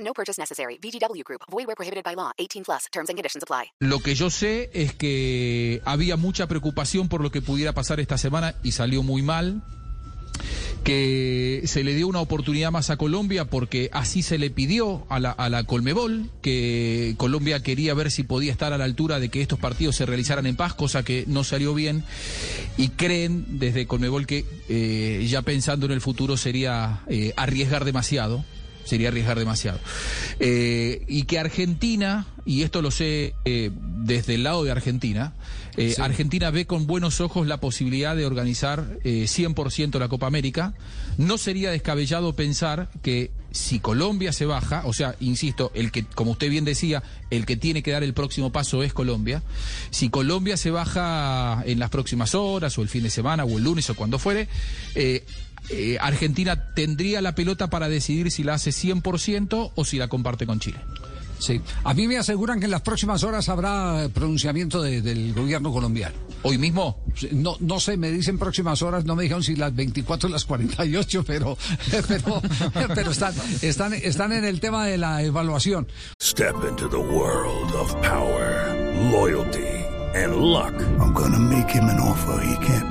No purchase necessary. VGW Group. Void where prohibited by law. 18 plus. Terms and conditions apply. Lo que yo sé es que había mucha preocupación por lo que pudiera pasar esta semana y salió muy mal. Que se le dio una oportunidad más a Colombia porque así se le pidió a la, a la Colmebol, que Colombia quería ver si podía estar a la altura de que estos partidos se realizaran en paz, cosa que no salió bien. Y creen desde Colmebol que eh, ya pensando en el futuro sería eh, arriesgar demasiado sería arriesgar demasiado. Eh, y que Argentina, y esto lo sé eh, desde el lado de Argentina, eh, sí. Argentina ve con buenos ojos la posibilidad de organizar eh, 100% la Copa América. No sería descabellado pensar que si Colombia se baja, o sea, insisto, el que, como usted bien decía, el que tiene que dar el próximo paso es Colombia. Si Colombia se baja en las próximas horas, o el fin de semana, o el lunes, o cuando fuere, eh, Argentina tendría la pelota para decidir si la hace 100% o si la comparte con Chile. Sí, a mí me aseguran que en las próximas horas habrá pronunciamiento de, del gobierno colombiano. ¿Hoy mismo? No, no sé, me dicen próximas horas, no me dijeron si las 24 o las 48, pero, pero, pero están, están, están en el tema de la evaluación. Step into the world of power, loyalty. and luck. I'm gonna make him an offer he can't